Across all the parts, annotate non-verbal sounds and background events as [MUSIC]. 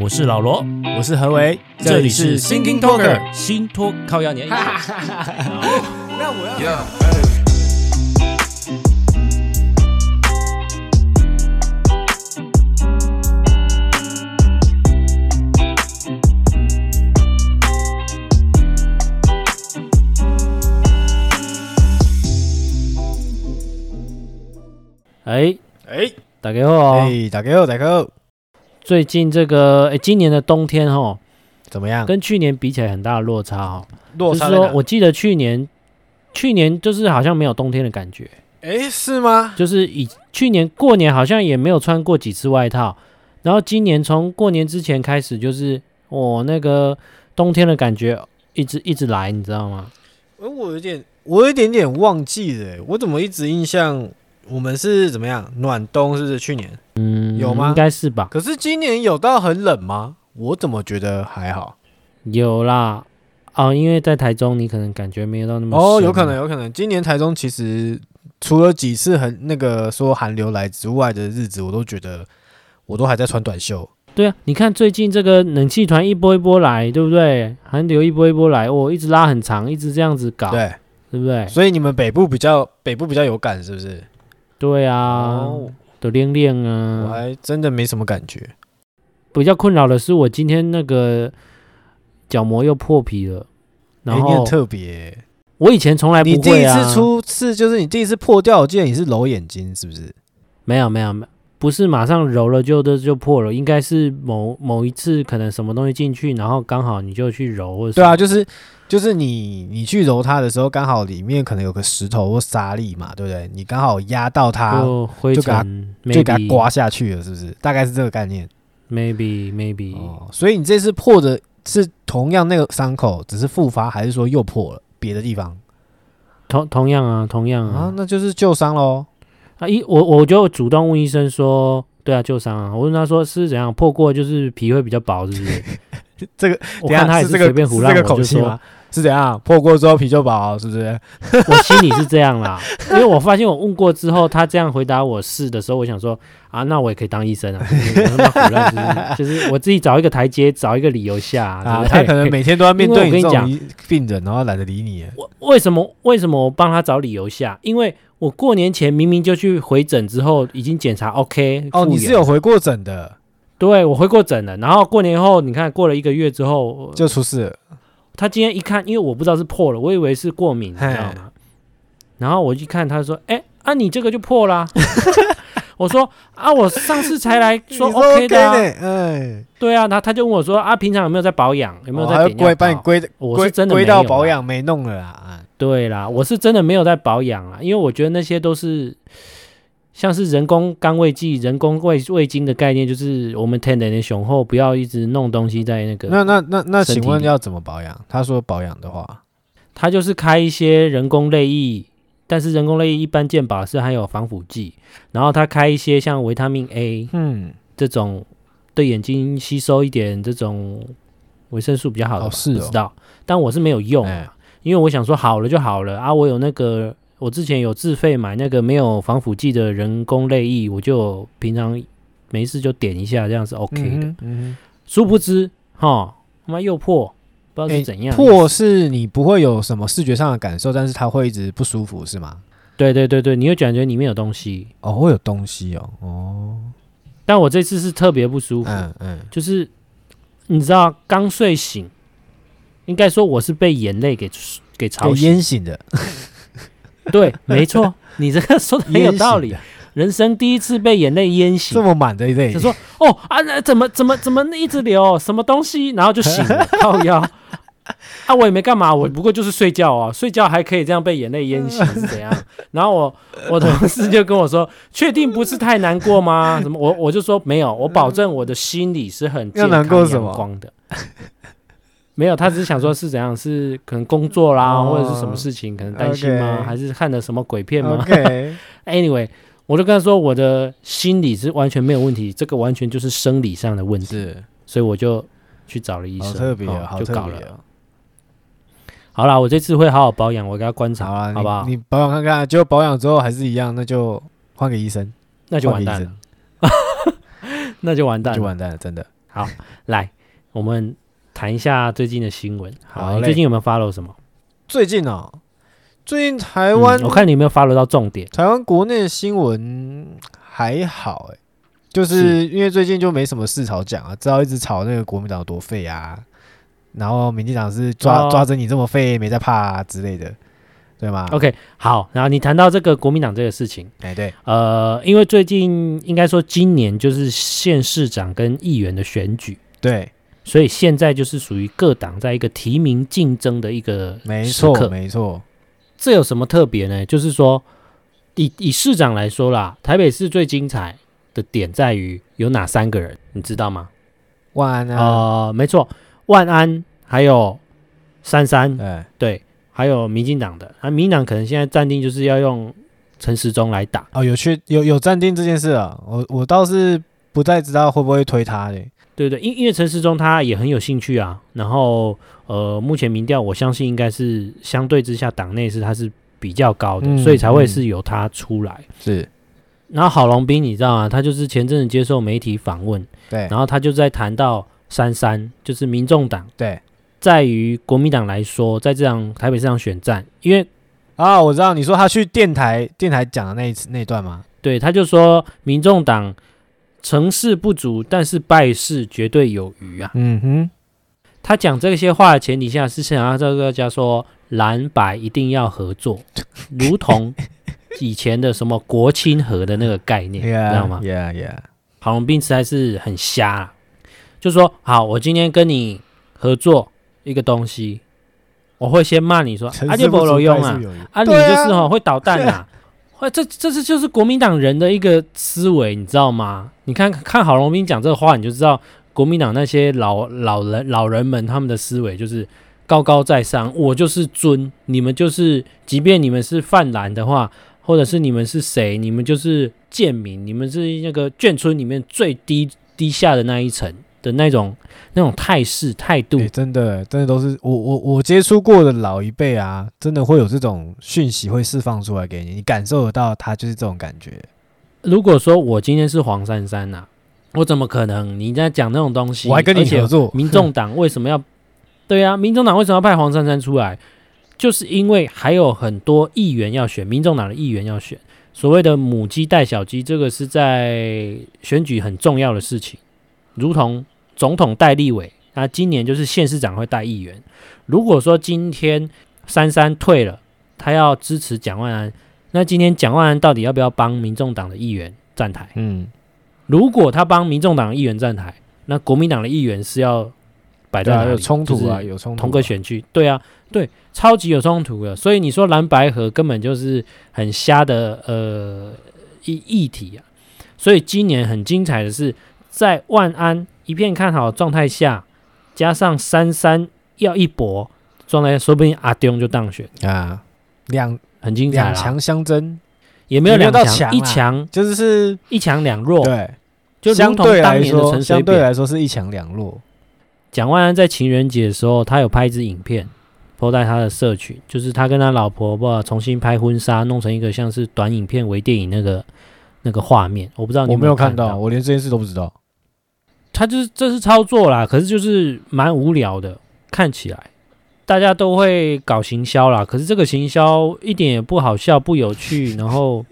我是老罗，我是何为，这里是 Thinking Talker。新托靠压年。那我要 Yeah, ，哎，哎大家好哦。哎，打给我，打给我，最近这个，哎，今年的冬天哦，怎么样？跟去年比起来很大的落差哦。落就差是在说哪？我记得去年，去年就是好像没有冬天的感觉，哎，是吗？就是以去年过年好像也没有穿过几次外套，然后今年从过年之前开始，就是我、哦、那个冬天的感觉一直一直来，你知道吗？呃我有点，我有一点点忘记了，我怎么一直印象我们是怎么样暖冬，是不是去年？嗯，有吗应该是吧？可是今年有到很冷吗？我怎么觉得还好？有啦，哦，因为在台中，你可能感觉没有到那么哦，深啊有可能，有可能。今年台中其实除了几次很那个说寒流来之外的日子，我都觉得我都还在穿短袖。对啊，你看最近这个冷气团一波一波来，对不对？寒流一波一波来，我、一直拉很长，一直这样子搞，对，对不对？所以你们北部比较北部比较有感，是不是？对啊，哦都练练我啊。还真的没什么感觉。比较困扰的是，我今天那个角膜又破皮了，然哎你后很特别，我以前从来不你第会一啊。次出事就是你第一次破掉，我记得你是揉眼睛，是不是？没有没有没有，不是马上揉了就就就破了，应该是某某一次可能什么东西进去，然后刚好你就去揉或者对什啊， [LAUGHS] 么，就是就是你你去揉它的时候，刚好里面可能有个石头或沙粒嘛，对不对？你刚好压到它，就灰就给它尘就给它 maybe 刮下去了，是不是？大概是这个概念。 maybe maybe，、哦，所以你这次破的是同样那个伤口，只是复发，还是说又破了别的地方同同样啊同样啊啊？那就是旧伤喽。？啊，医我我就主动问医生说，对啊，旧伤啊。我问他说是怎样破过，就是皮会比较薄，是不是 [LAUGHS] 这个我等一下看他也是这个随便胡是乱，这个我口就气说吗？是怎样破过之后皮就薄，是不是？我心里是这样啦，因为我发现我问过之后，他这样回答我是的时候，我想说啊，那我也可以当医生啊，就是我他妈胡乱就是 [LAUGHS] 就是我自己找一个台阶，找一个理由下啊，啊。他可对能每天都要面对因为这我跟种病人，然后懒得理你。我为什么为什么我帮他找理由下？因为我过年前明明就去回诊之后已经检查 OK 哦，复你是原有回过诊的，对我回过诊了，然后过年后你看过了一个月之后，就出事了。他今天一看，因为我不知道是破了，我以为是过敏，你知道吗？然后我一看，他说：“哎、啊，你这个就 [LAUGHS] 破啦、 [LAUGHS] 我说：“啊，我上次才来说你 OK 的、啊呢？哎，对啊。”然后他就问我说：“啊，平常有没有在保养？有没有哦在还要点药归把你膏？”归我归是真的没归有啊啦到保。养没弄了啦。啊对啦，我是真的没有在保养啦，因为我觉得那些都是像是人工甘味剂、人工味味精的概念，就是我们 t e n d 的雄厚，不要一直弄东西在那个。那那那那，身体请问里要怎么保养？他说保养的话，它就是开一些人工泪液，但是人工泪液一般健保是含有防腐剂，然后它开一些像维他命 A 嗯，这种对眼睛吸收一点这种维生素比较好的吧，哦是哦不知道，但我是没有用、哎啊，因为我想说好了就好了啊，我有那个。我之前有自费买那个没有防腐剂的人工泪液，我就平常没事就点一下，这样是 OK 嗯的。哼嗯哼殊不知，哈，他妈又破，不知道是哎怎样、破是你不会有什么视觉上的感受，但是它会一直不舒服，是吗？对对对对，你会感觉里面有东西。哦，会有东西哦，哦，但我这次是特别不舒服，嗯嗯，就是你知道刚睡醒，应该说我是被眼泪给给吵有醒。烟醒的，对，没错，你这个说的很有道淹 [LAUGHS] 理醒。的，人生第一次被眼泪淹这醒，么满的一类就，说哦啊，那怎么怎么怎么一直流什么东西，然后就醒了，靠腰。 [LAUGHS] 啊，我也没干嘛，我不过就是睡觉啊，睡觉还可以这样被眼泪淹醒是怎样？然后我我同事就跟我说，确定不是太难过吗？什么？我我就说没有，我保证我的心里是很健要难康过什阳么光的。没有，他只是想说是怎样，是可能工作啦，哦或者是什么事情，可能担心吗 OK 还是看了什么鬼片吗 [LAUGHS] OK， Anyway，我就跟他说我的心理是完全没有问题，这个完全就是生理上的问题，是，所以我就去找了医好生，特别哦哦，好就特搞别了。哦。好啦，我这次会好好保养，我给他观察，好啊，好不好你？你保养看看，结果保养之后还是一样，那就换个医生，那就换个完医蛋了，生，那就完那蛋就了。完蛋了，真的。好，来，我们谈一下最近的新闻。好好，你嘞最近有没有 follow 什么？最近哦，最近台嗯湾、我看你有没有 follow 到重点。台湾国内的新闻还好哎、就是因为最近就没什么事吵讲啊，知道一直吵那个国民党有多废啊，然后民进党是抓、哦抓着你这么废没在怕啊之类的，对吗？ OK，好，然后你谈到这个国民党这个事情，哎、对，呃，因为最近应该说今年就是县市长跟议员的选举，对，所以现在就是属于各党在一个提名竞争的一个没时错，刻没错，这有什么特别呢？就是说，以以市长来说啦，台北市最精彩的点在于有哪三个人，你知道吗？万安啊，呃，没错，万安还有珊珊，哎、对，还有民进党的，那、民进党可能现在暂定就是要用陈时中来打，哦，有去有有暂定这件事啊，我我倒是不太知道会不会推他嘞、对对，因因为陈时中他也很有兴趣啊，然后呃，目前民调我相信应该是相对之下党内是他是比较高的，嗯所以才会嗯是由他出来。是然后郝龙斌你知道吗？他就是前阵子接受媒体访问，对然后他就在谈到珊珊，就是民众党对在于国民党来说，在这场台北市场选战，因为啊，我知道你说他去电台电台讲的那一次那一段吗？对他就说民众党成事不足，但是败事绝对有余啊。嗯哼，他讲这些话的前提下，是想要让大家说蓝白一定要合作，如同以前的什么国亲和的那个概念， yeah, 知道吗？ ？Yeah yeah，郝龙斌实在是很瞎、啊，就说好，我今天跟你合作一个东西，我会先骂你说阿杰博罗用啊，啊，你对就啊是哦、会捣蛋 [LAUGHS] 啊，会这这是就是国民党人的一个思维，你知道吗？你看看郝龙斌讲这话，你就知道国民党那些老老人老人们他们的思维就是高高在上，我就是尊，你们就是，即便你们是泛蓝的话，或者是你们是谁，你们就是贱民，你们是那个眷村里面最低低下的那一层的那种那种态势态度对，，真的，真的都是我我我接触过的老一辈啊，真的会有这种讯息会释放出来给你，你感受得到，他就是这种感觉。如果说我今天是黄珊珊呐、我怎么可能？你在讲那种东西，我还跟你而且合作，民众党为什么要？ [LAUGHS] 对啊，民众党为什么要派黄珊珊出来？就是因为还有很多议员要选，民众党的议员要选。所谓的母鸡带小鸡，这个是在选举很重要的事情，如同总统带立委，那今年就是县市长会带议员。如果说今天珊珊退了，他要支持蒋万安，那今天蒋万安到底要不要帮民众党的议员站台？嗯，如果他帮民众党的议员站台，那国民党的议员是要摆对在哪啊，里有冲突啊，就是有冲突、啊，同个选区，对啊，对，超级有冲突的。所以你说蓝白河根本就是很瞎的呃议议题啊。所以今年很精彩的是，在万安一片看好的状态下，加上三三要一搏状态下，说不定阿东就当选，啊，两很精彩两啦。强啊相争，也没有也没有两到强，强一啦强就是是一强两弱，对，就相如同对当来年的说，陈水相对扁。来说是一强两弱。蒋万安在情人节的时候，他有拍一支影片，播在他的社群，就是他跟他老婆吧重新拍婚纱，弄成一个像是短影片微电影那个那个画面，我不知道你我有没有有看看到，我连这件事都不知道。他就是这是操作啦，可是就是蛮无聊的，看起来大家都会搞行销啦，可是这个行销一点也不好笑，不有趣，[LAUGHS] 然后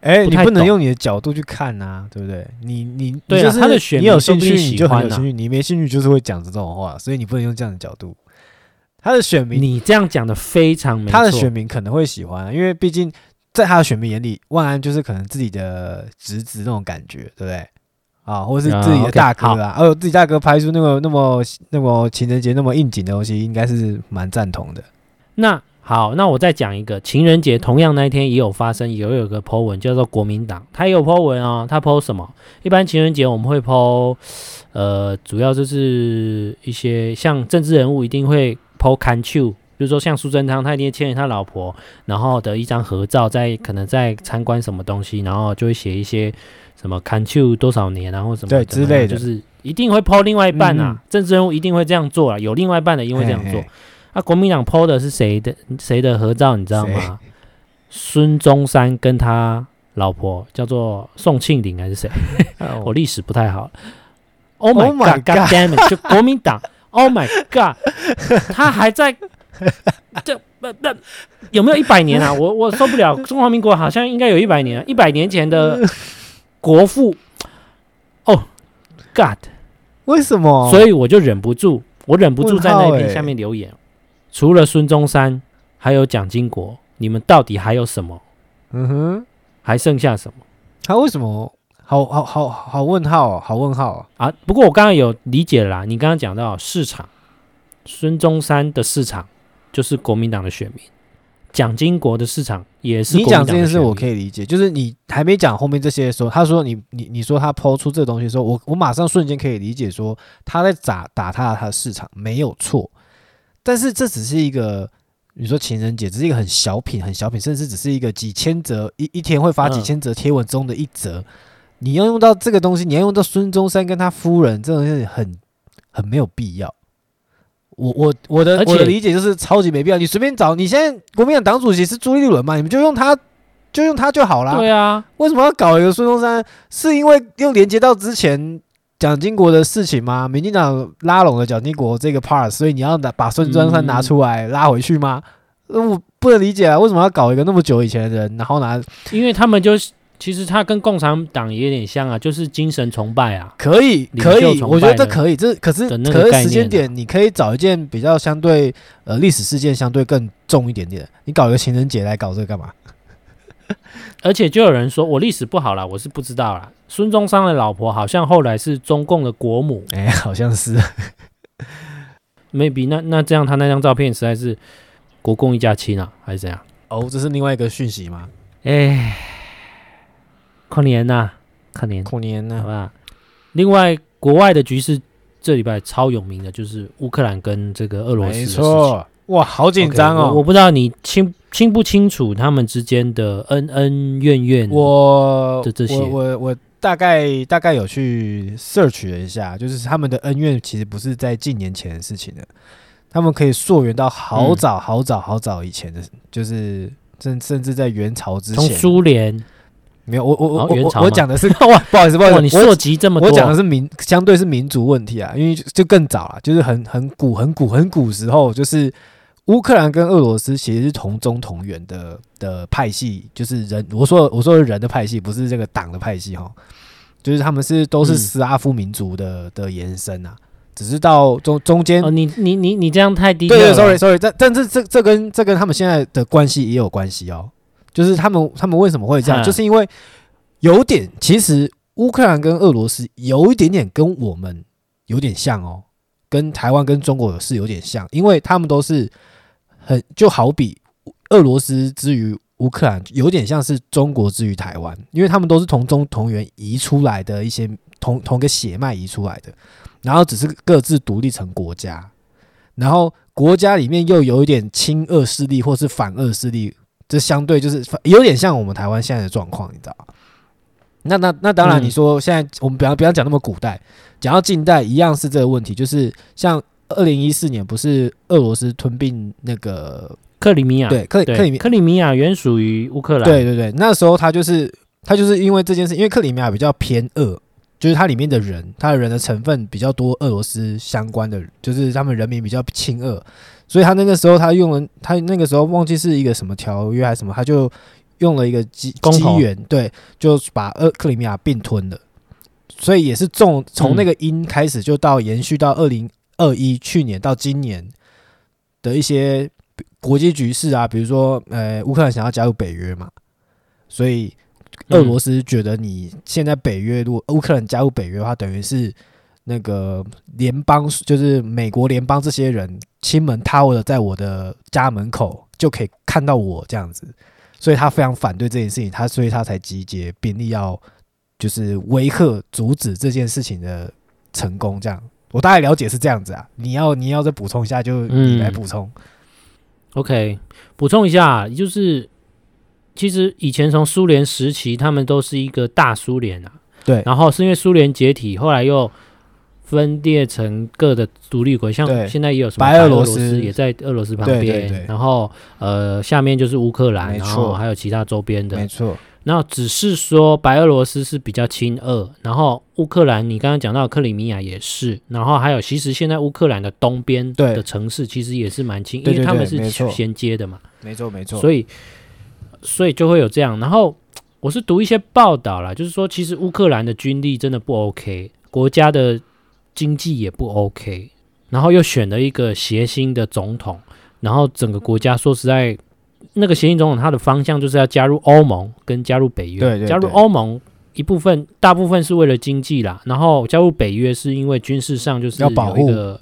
哎，不你太不能懂用你的角度去看啊，对不对？你你你对啊就是他的选你民有说兴不趣定你喜就很欢有啊兴趣，你没兴趣就是会讲这种话，所以你不能用这样的角度。他的选民，你这样讲的非常没错。他的选民可能会喜欢，因为毕竟在他的选民眼里，万安就是可能自己的侄子那种感觉，对不对？啊，或是啊自己的 OK，大哥啊，哦，自己大哥拍出那么那么那么情人节那么应景的东西，应该是蛮赞同的。那好，那我再讲一个，情人节同样那一天也有发生，也有一个 po 文叫做国民党，他也有 po 文啊、他 po 什么？一般情人节我们会 po，呃，主要就是一些像政治人物一定会 po can you，比如说像苏贞昌，他一定牵着他老婆，然后的一张合照在，可能在参观什么东西，然后就会写一些什么 can you 多少年啊，然后什么对怎么样之类的就是一定会 po 另外一半啊，嗯政治人物一定会这样做啊，有另外一半的一定会这样做嘿。嘿啊，国民党 PO 的是谁的谁的合照，你知道吗？孙中山跟他老婆叫做宋庆龄还是谁？啊我历史不太好。 Oh my Oh my god, god damn it！就国民党，Oh my god，他还 [LAUGHS] 在这那那有没有一百年啊？我我受不了，中华民国好像应该有一百年，啊一百年前的国父，哦，God，为什么？所以我就忍不住，我忍不住在那哦问号边欸下面留言，除了孙中山，还有蒋经国，你们到底还有什么？嗯哼，还剩下什么？他为什么？好好好好问号、哦，好问号、哦。啊，不过我刚刚有理解了啦，你刚刚讲到市场，孙中山的市场就是国民党的选民，蒋经国的市场也是你国民讲党这的件事选民我可以理解，就是你还没讲后面这些的时候，他说你你你说他抛出这东西的时候，我我马上瞬间可以理解说他在打打他他的市场没有错，但是这只是一个你说情人节只是一个很小品很小品，甚至只是一个几千则一一天会发几嗯千则贴文中的一则，你要用到这个东西，你要用到孙中山跟他夫人，这种是很很没有必要。我我我的而且我的理解就是超级没必要，你随便找，你现在国民党党主席是朱立伦嘛，你们就用他就用他就好啦。对啊，为什么要搞一个孙中山？是因为又连接到之前蒋经国的事情吗？民进党拉拢了蒋经国这个 part，所以你要拿把孙中山嗯拿出来拉回去吗？呃我不能理解啊，为什么要搞一个那么久以前的人，然后拿因为他们就是其实他跟共产党也有点像啊，就是精神崇拜啊，可以，领袖可以，崇我觉得拜这的可以，这可是的那个可概是时间念啊点，你可以找一件比较相对呃历史事件相对更重一点点的，你搞一个情人节来搞这个 [LAUGHS] 干嘛？而且就有人说我历史不好啦，我是不知道啦。孙中山的老婆好像后来是中共的国母哎，好像是， ，maybe 那那这样他那张照片实在是国共一家亲啊，还是怎样？哦，这是另外一个讯息吗？哎，可怜呐、可怜。过年好呢？吧。另外，国外的局势这礼拜超有名的就是乌克兰跟这个俄罗斯没的事情。错，哇，好紧张 OK，我我哦！不知道你清清不清楚他们之间的恩恩怨怨。我嗯这这些我我我大概大概有去 search 了一下，就是他们的恩怨其实不是在近年前的事情了，他们可以溯源到好嗯早好早好早以前的，就是甚甚至在元朝之从前。苏联，没有，我我我哦我元我朝我嘛讲的是 [LAUGHS] 哇不好意思，不好哇，意你思，我涉及这么多，我讲的是民，相对是民族问题啊，因为就就更早了，就是很很古、很古、很古时候，就是乌克兰跟俄罗斯其实是同宗同源的的派系，就是人，我说我说的人的派系，不是这个党的派系哈，就是他们是都是嗯斯拉夫民族的的延伸啊，只是到中中间哦，你你你你这样太低调对了。对，sorry sorry，但但是这这跟这跟他们现在的关系也有关系哦，就是他们他们为什么会这样，嗯就是因为有点其实乌克兰跟俄罗斯有一点点跟我们有点像哦，跟台湾跟中国是有点像，因为他们都是很就好比俄罗斯之于乌克兰，有点像是中国之于台湾，因为他们都是同宗同源移出来的一些同同个血脉移出来的，然后只是各自独立成国家，然后国家里面又有一点亲俄势力或是反俄势力，这相对就是有点像我们台湾现在的状况，你知道吗？那那那当然，嗯你说现在我们不要不要讲那么古代，讲到近代一样是这个问题，就是像二零一四年不是俄罗斯吞并那个克里米亚，对克里克里米克里米亚原属于乌克兰。对对对，那时候他就是他就是因为这件事，因为克里米亚比较偏俄，就是它里面的人，它的人的成分比较多俄罗斯相关的，就是他们人民比较亲俄，所以他那个时候他用了他那个时候忘记是一个什么条约还是什么，他就用了一个机公机投缘，对，就把俄克里米亚并吞了，所以也是从从那嗯个因开始就到延续到二零二一去年到今年的一些国际局势啊，比如说呃乌克兰想要加入北约嘛，所以俄罗斯觉得你现在北约如果乌克兰加入北约的话，等于是那个联邦，就是美国联邦这些人亲门踏户的在我的家门口就可以看到我这样子，所以他非常反对这件事情，他所以他才集结兵力要就是威吓阻止这件事情的成功。这样，我大概了解是这样子啊。你要你要再补充一下，就你来嗯补充。 OK，补充一下，就是其实以前从苏联时期，他们都是一个大苏联啊。对然后是因为苏联解体，后来又分裂成各的独立国，像对现在也有什么白俄俄罗斯斯也在俄罗斯旁对对边，对然后呃下面就是乌克兰，没然错后还有其他周边的没。错，那只是说白俄罗斯是比较亲俄，然后乌克兰你刚刚讲到克里米亚也是，然后还有其实现在乌克兰的东边对的城市其实也是蛮亲，对因为对他们对没是错衔接的嘛，没错没错，所以所以就会有这样。然后我是读一些报道啦，就是说其实乌克兰的军力真的不 OK，国家的经济也不 OK，然后又选了一个邪心的总统，然后整个国家说实在，那个邪心总统他的方向就是要加入欧盟跟加入北约，对对加入对欧盟。一部分大部分是为了经济啦，然后加入北约是因为军事上就是要保有一护个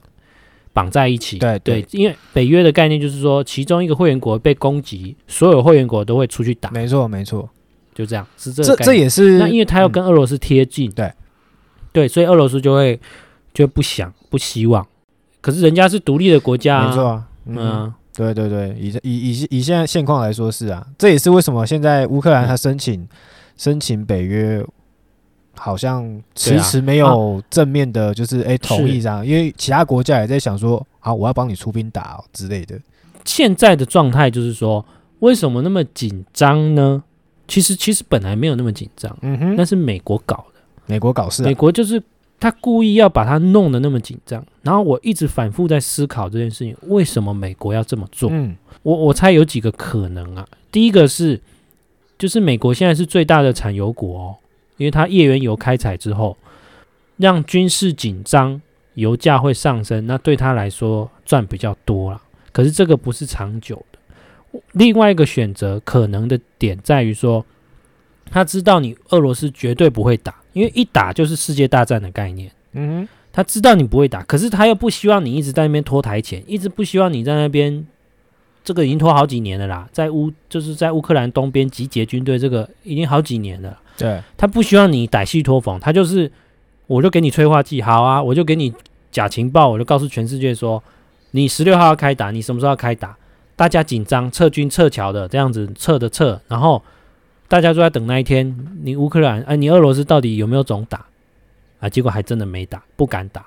绑在一起。对对因为北约的概念就是说，其中一个会员国被攻击，所有会员国都会出去打，没错没错，就这样，是这这个这概念。也是嗯那因为他要跟俄罗斯贴近，对对，所以俄罗斯就会就不想不希望，可是人家是独立的国家、啊，没错啊，嗯嗯，啊，对对对，以以以以现在现况来说是啊，这也是为什么现在乌克兰他申嗯请申请北约，好像迟对啊迟没有正面的，就是哎同意这样，因为其他国家也在想说，好，我要帮你出兵打哦之类的，现在的状态就是说，为什么那么紧张呢？其实其实本来没有那么紧张，嗯哼那，是美国搞的。美国搞事啊美，国就是他故意要把它弄得那么紧张。然后我一直反复在思考这件事情，为什么美国要这么做？嗯，我我猜有几个可能啊。第一个是，就是美国现在是最大的产油国哦，因为它页岩油开采之后，让军事紧张，油价会上升，那对他来说赚比较多啦。可是这个不是长久的。另外一个选择可能的点在于说，他知道你俄罗斯绝对不会打，因为一打就是世界大战的概念。嗯他知道你不会打，可是他又不希望你一直在那边拖台前，一直不希望你在那边，这个已经拖好几年了啦，在乌就是在乌克兰东边集结军队，这个已经好几年了。哼，对，他不希望你歹戏拖逢，他就是我就给你催化剂，好啊，我就给你假情报，我就告诉全世界说，你十六号要开打，你什么时候要开打？大家紧张，撤军撤侨的这样子撤的撤，然后大家都在等那一天，你乌克兰哎、你俄罗斯到底有没有总打啊？结果还真的没打，不敢打。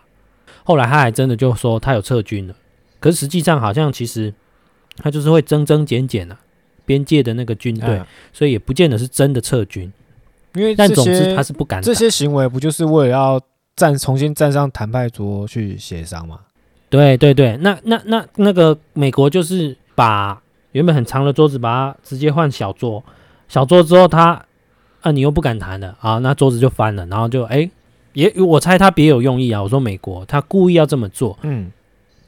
后来他还真的就说他有撤军了，可是实际上好像其实他就是会增增减减啊，边界的那个军队，嗯，所以也不见得是真的撤军。因为但这总之些他是不敢打这些行为不就是为了要站重新站上谈判桌去协商吗？对对对，那那那那个美国就是把原本很长的桌子，把它直接换小桌，小桌之后他啊你又不敢谈了啊，那桌子就翻了，然后就哎也我猜他别有用意啊，我说美国他故意要这么做，嗯，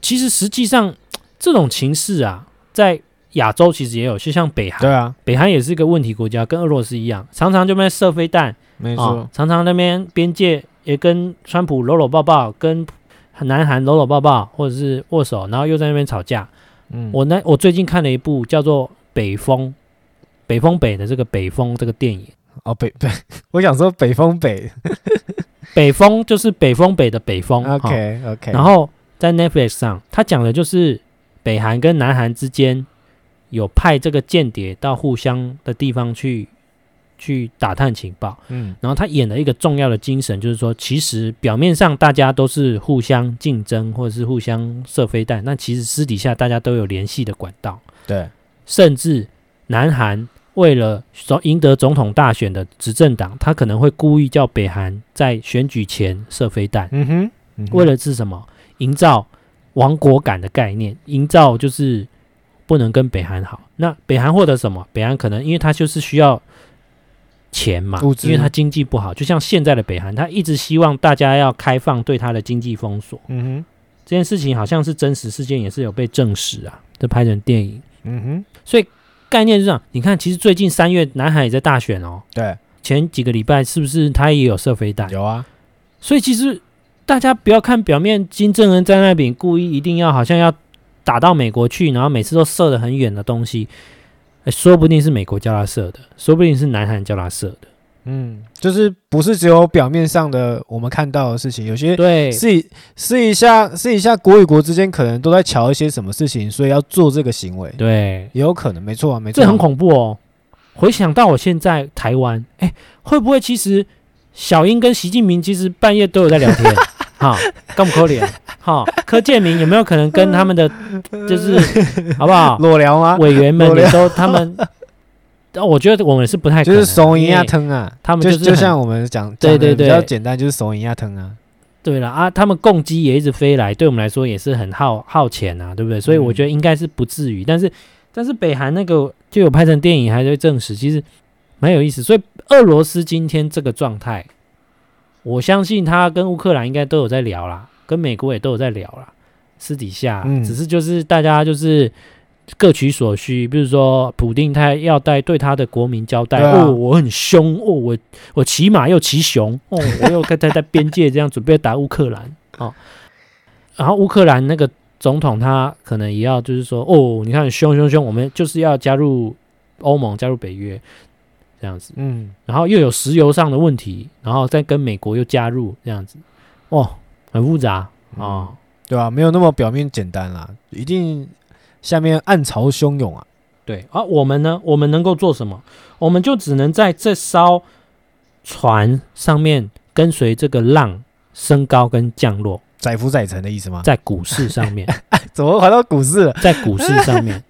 其实实际上这种情势啊，在亚洲其实也有，就像北韩，对啊，北韩也是一个问题国家，跟俄罗斯一样，常常就在那边射飞弹，没啊、错，常常那边边界也跟川普搂搂抱抱，跟南韩搂搂抱抱，或者是握手，然后又在那边吵架。嗯，我那我最近看了一部叫做《北风》，北风北的这个北风这个电影，哦北北， [LAUGHS] 我想说北风北北风就是北风北的北风。哈，OK OK，哦然后在 Netflix 上，它讲的就是北韩跟南韩之间有派这个间谍到互相的地方去去打探情报。嗯然后他演了一个重要的精神，就是说，其实表面上大家都是互相竞争或者是互相射飞弹，但其实私底下大家都有联系的管道，对，甚至南韩为了总赢得总统大选的执政党，他可能会故意叫北韩在选举前射飞弹，嗯哼，嗯哼为了是什么？营造亡国感的概念，营造就是不能跟北韩好。那北韩获得什么？北韩可能因为它就是需要钱嘛物，资因为它经济不好，就像现在的北韩，它一直希望大家要开放对它的经济封锁。嗯这件事情好像是真实事件，也是有被证实啊，这拍成电影。哼，嗯哼，所以概念是这样，你看，其实最近三月南韩也在大选哦，对，前几个礼拜是不是他也有射飞弹？有啊，所以其实大家不要看表面，金正恩在那边故意一定要好像要打到美国去，然后每次都射得很远的东西，诶说不定是美国叫他射的，说不定是南韩叫他射的。嗯，就是不是只有表面上的我们看到的事情，有些对私底私底下私底下国与国之间可能都在瞧一些什么事情，所以要做这个行为，对，也有可能，没错啊，没错啊，这很恐怖哦。回想到我现在台湾，哎，会不会其实小英跟习近平其实半夜都有在聊天？哈，更不可怜。哈，柯建明有没有可能跟他们的就是好不好？裸聊吗？啊委员们 [LAUGHS] 裸聊也都他们啊我觉得我们是不太可就能是怂人因亚为疼啊，他们就是很像我们讲，对讲得对对比较简单，就是怂人亚疼啊。对了啊，他们共机也一直飞来，对我们来说也是很耗耗钱啊，对不对？所以嗯我觉得应该是不至于，但是但是北韩那个就有拍成电影，还在证实，其实蛮有意思。所以俄罗斯今天这个状态，我相信他跟乌克兰应该都有在聊啦，跟美国也都有在聊啦，私底下，嗯只是就是大家就是。各取所需，比如说普丁他要带对他的国民交代，对啊哦，我很凶，哦，我我骑马又骑熊，哦，我又在在在边界这样准备打乌克兰哦。然后乌克兰那个总统他可能也要就是说，哦，你看凶凶凶，我们就是要加入欧盟，加入北约这样子。嗯，然后又有石油上的问题，然后再跟美国又加入这样子，哦，很复杂哦。对吧、没有那么表面简单啦，一定下面暗潮汹涌啊。对啊，我们呢，我们能够做什么？我们就只能在这艘船上面跟随这个浪升高跟降落，载浮载沉的意思吗？在股市上面，怎么滑到股市了？在股市上面。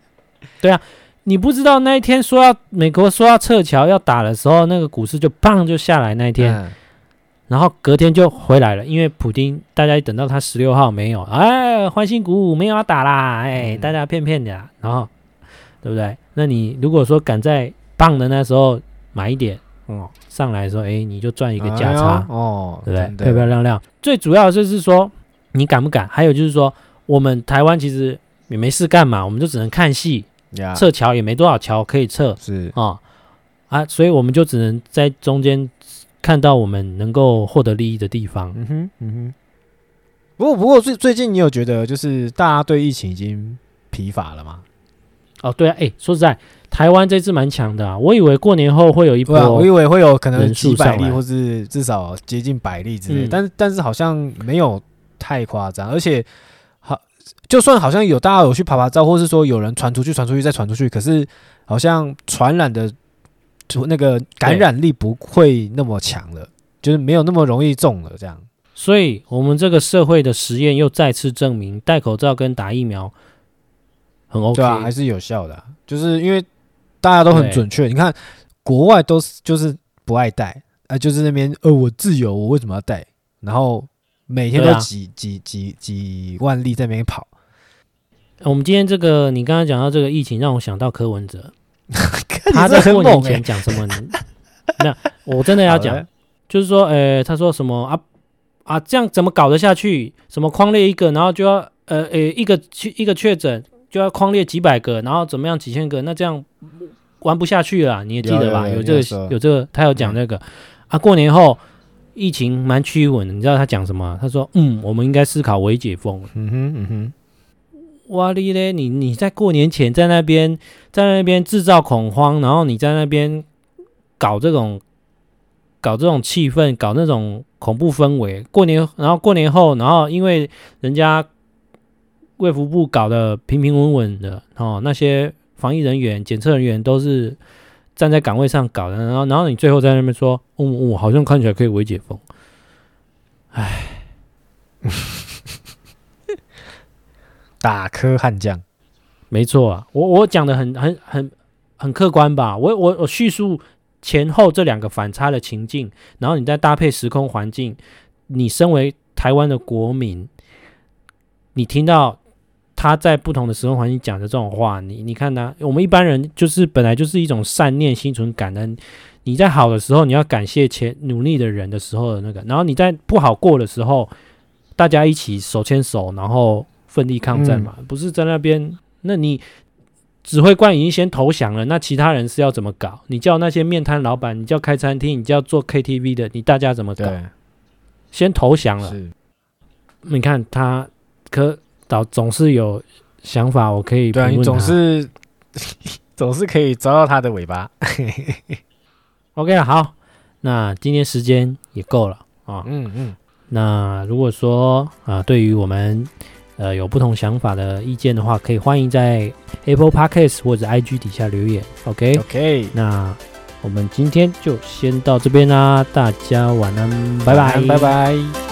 对啊，你不知道那一天说要美国说要撤侨要打的时候，那个股市就砰就下来那一天，嗯然后隔天就回来了，因为普丁大家等到他十六号没有，哎，欢欣鼓舞，没有要打啦，哎，嗯大家骗骗的啊，然后对不对？那你如果说赶在棒的那时候买一点，哦，上来的时候，哎，你就赚一个价差。哎呦哦，对不真对？漂漂的？亮亮。最主要的就是说，你敢不敢？还有就是说，我们台湾其实也没事干嘛，我们就只能看戏，呀，撤侨也没多少侨可以撤是啊、啊，所以我们就只能在中间看到我们能够获得利益的地方。嗯哼，嗯哼。不过，不过最最近你有觉得就是大家对疫情已经疲乏了吗？哦，对啊，哎，说实在，台湾这次蛮强的啊，我以为过年后会有一对啊，我波以。为会有可能人数几百上例，来或是至少接近百例之类，嗯但是但是好像没有太夸张，而且好，就算好像有大家有去爬爬照，或是说有人传出去、传出去再传出去，可是好像传染的就那个感染力不会那么强了，就是没有那么容易中了这样。所以，我们这个社会的实验又再次证明，戴口罩跟打疫苗很 OK，对啊，还是有效的啊、就是因为大家都很对准确。你看国外都是就是不爱戴，啊、就是那边呃我自由，我为什么要戴？然后每天对都啊几、几几几万例在那边跑，我们今天这个，你刚刚讲到这个疫情，让我想到柯 [LAUGHS] 文哲，他这在很过年猛哎、前讲什么呢？ [LAUGHS] 那我真的好要的啊讲，就是说，呃，他说什么啊啊，这样怎么搞得下去？什么框列一个，然后就要呃呃一个确一个确诊就要框列几百个，然后怎么样几千个？那这样玩不下去了，你也记得吧？有有有这你有说个有这个，他有讲这个、啊。过年后疫情蛮趋稳的，你知道他讲什么？他说，嗯，我们应该思考微解封。嗯哼嗯哼，哇哩嘞！你你在过年前在那边在那边制造恐慌，然后你在那边搞这种搞这种气氛，搞那种恐怖氛围。过年，然后过年后，然后因为人家卫福部搞得平平稳稳的哦，那些防疫人员、检测人员都是站在岗位上搞的，然后然后你最后在那边说，嗯嗯，好像看起来可以微解封。打科悍将，没错啊，我我讲的很很很很客观吧？我我我叙述前后这两个反差的情境，然后你再搭配时空环境，你身为台湾的国民，你听到他在不同的时空环境讲的这种话，你你看他、我们一般人就是本来就是一种善念，心存感恩。你在好的时候，你要感谢前努力的人的时候的那个，然后你在不好过的时候，大家一起手牵手，然后奋力抗战嘛，不是在那边那你指挥官已经先投降了，那其他人是要怎么搞？你叫那些面摊老板，你叫开餐厅，你叫做 KTV 的，你大家怎么搞？对，先投降了。是，你看他可导总是有想法，我可以对啊，评你论总他是 [LAUGHS] 总是可以抓到他的尾巴， OK 了。好，那今天时间也够了啊。嗯嗯，那如果说啊、对于我们呃有不同想法的意见的话，可以欢迎在 Apple Podcast 或者 IG 底下留言。OK， OK，那我们今天就先到这边啦，大家晚安，拜晚安拜，拜。拜。